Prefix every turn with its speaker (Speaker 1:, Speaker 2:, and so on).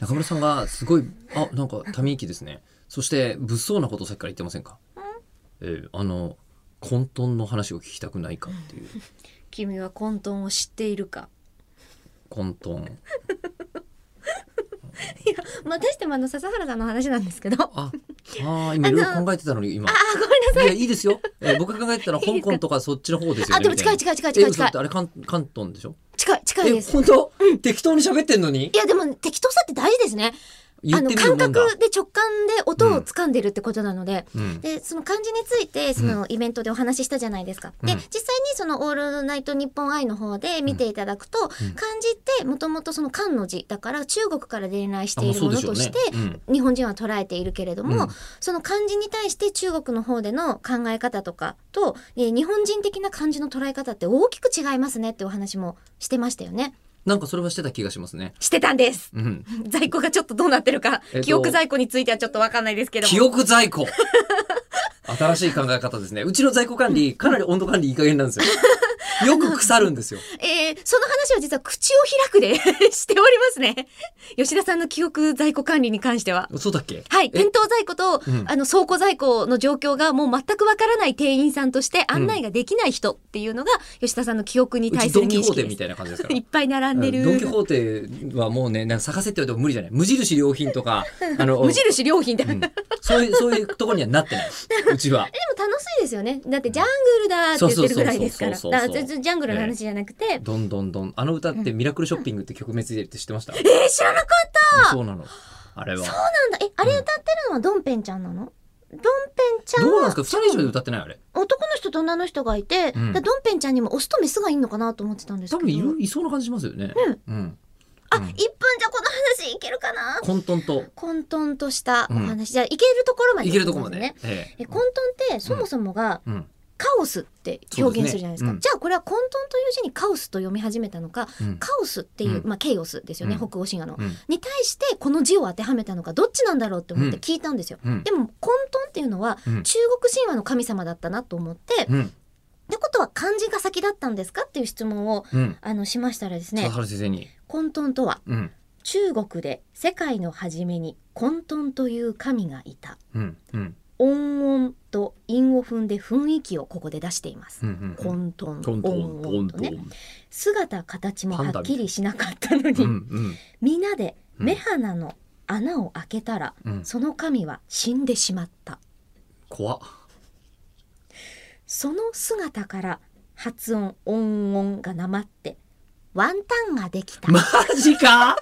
Speaker 1: 中村さんがすごい、あ、なんかため息ですね。そして、物騒なことさっきから言ってませんかえーあの、混沌の話を聞きたくないかっていう。
Speaker 2: 君は混沌を知っているか
Speaker 1: 混沌。
Speaker 2: まあ、私でもあの笹原さんの話なんですけどあ
Speaker 1: あ、あー今いろいろ考えてたのに、今。
Speaker 2: あごめんなさい
Speaker 1: いや、いいですよ。えー僕が考えてたのは香港とかそっちの方ですよね。
Speaker 2: あでも
Speaker 1: みた
Speaker 2: 近
Speaker 1: な
Speaker 2: い近い近い近い
Speaker 1: え嘘
Speaker 2: 近
Speaker 1: だ
Speaker 2: い
Speaker 1: ってあれ関関東でしょ
Speaker 2: 近い近い
Speaker 1: え、
Speaker 2: です
Speaker 1: 本当適当に喋ってんのに
Speaker 2: いやでも適当さって大事ですね
Speaker 1: 言
Speaker 2: あ
Speaker 1: っ
Speaker 2: の
Speaker 1: てみる
Speaker 2: 感
Speaker 1: もんだ。
Speaker 2: 覚で直感で音を掴んでるってことなので、
Speaker 1: うん。
Speaker 2: でその漢字についてそのイベントでお話ししたじゃないですか。で
Speaker 1: うん
Speaker 2: 実際にその「オールナイトニッポン愛」の方で見ていただくと、
Speaker 1: ん
Speaker 2: 漢字ってもともとその漢の字だから中国から伝来し
Speaker 1: あ
Speaker 2: ているものとして、
Speaker 1: うん
Speaker 2: 日本人は捉えているけれども、
Speaker 1: うん
Speaker 2: その漢字に対して中国の方での考え方とかと、えー日本人的な漢字の捉え方って大きく違いますねってお話もしてましたよね。
Speaker 1: なんかそれはしてた気がしますね。
Speaker 2: してたんです
Speaker 1: うん。
Speaker 2: 在庫がちょっとどうなってるか、
Speaker 1: えっと
Speaker 2: 記憶在庫についてはちょっとわかんないですけども
Speaker 1: 記憶在庫 新しい考え方ですね。うちの在庫管理、かなり温度管理いい加減なんです よ。よく腐るんですよ。
Speaker 2: えーその話は実は口を開くで しておりますね。吉田さんの記憶在庫管理に関しては。
Speaker 1: そうだっけ
Speaker 2: はい。
Speaker 1: え
Speaker 2: 店頭在庫と、
Speaker 1: うん
Speaker 2: あの、倉庫在庫の状況がもう全くわからない店員さんとして案内ができない人っていうのが、吉田さんの記憶に
Speaker 1: う
Speaker 2: 対
Speaker 1: ち
Speaker 2: す
Speaker 1: ド
Speaker 2: る
Speaker 1: ン・キ
Speaker 2: 認
Speaker 1: ホー
Speaker 2: 識
Speaker 1: テ
Speaker 2: で
Speaker 1: み
Speaker 2: す。
Speaker 1: たいな感じ ですから
Speaker 2: い。っぱい並んでる。
Speaker 1: ドン・キホーテはもうね、なんか探せって言われても無理じゃない。無印良品と か、あの、
Speaker 2: 無印良品で、
Speaker 1: うん
Speaker 2: でも
Speaker 1: そういう、そういうところにはなってない。うちは。
Speaker 2: 楽しいですよね。だってジャングルだって言ってるぐらいですから。だ
Speaker 1: そ
Speaker 2: か
Speaker 1: うそうそうそう
Speaker 2: ら全然ジャングルの話じゃなくて、え
Speaker 1: どんどんどん。あの歌ってミラクルショッピングって曲名ついてるって知ってました、
Speaker 2: ー知らなかっ
Speaker 1: そうなの。あれは。
Speaker 2: たんだ。え、あれ歌ってるのはドンペンちゃんなのドンペンちゃん
Speaker 1: どう
Speaker 2: は
Speaker 1: なんですか二人以上で歌ってないあれ。
Speaker 2: 男の人と女の人がいて、
Speaker 1: うん
Speaker 2: でドンペンちゃんにもオスとメスがいんのかなと思ってたんです
Speaker 1: 多
Speaker 2: けど
Speaker 1: 分いるいそうな感じしますよね。うん。
Speaker 2: あ、
Speaker 1: うん
Speaker 2: 1分じゃこの話いけるかな
Speaker 1: 混沌と
Speaker 2: 混沌としたお話、じゃあいけるところまで
Speaker 1: いけるとこまで。
Speaker 2: ね
Speaker 1: ええ
Speaker 2: え混沌ってそもそもが
Speaker 1: うん。
Speaker 2: カオスって表現するじゃないで
Speaker 1: そうです
Speaker 2: すか
Speaker 1: ねうん
Speaker 2: じゃあこれは混沌という字にカオスと読み始めたのか
Speaker 1: うん
Speaker 2: カオスっていう、
Speaker 1: うん
Speaker 2: まあケイオスですよね、
Speaker 1: うん
Speaker 2: 北欧神話の、
Speaker 1: うん
Speaker 2: に対してこの字を当てはめたのかどっちなんだろうって思って聞いたんですよ、
Speaker 1: うん
Speaker 2: でも混沌っていうのは
Speaker 1: うん
Speaker 2: 中国神話の神様だったなと思って、
Speaker 1: うん。
Speaker 2: ってことは漢字が先だったんですかっていう質問を
Speaker 1: うん。
Speaker 2: あのしましたらです
Speaker 1: 笹
Speaker 2: ね
Speaker 1: 原先生に。
Speaker 2: 混沌とは
Speaker 1: うん。
Speaker 2: 中国で世界の初めに混沌という神がいた
Speaker 1: うん。うん。
Speaker 2: 音音と韻を踏んで雰囲気をここで出しています
Speaker 1: うん。うん。
Speaker 2: 混沌
Speaker 1: トントン
Speaker 2: 音
Speaker 1: トン
Speaker 2: 音
Speaker 1: ト
Speaker 2: と
Speaker 1: ン
Speaker 2: ね姿形もはっきりしなかったの
Speaker 1: う
Speaker 2: に
Speaker 1: ん。
Speaker 2: 皆で
Speaker 1: うん
Speaker 2: 目鼻の穴を開けたら
Speaker 1: うん。うん。
Speaker 2: その神は死んでしまった
Speaker 1: 怖っ。
Speaker 2: その姿から発音音音がなまってワンタンができた
Speaker 1: マジか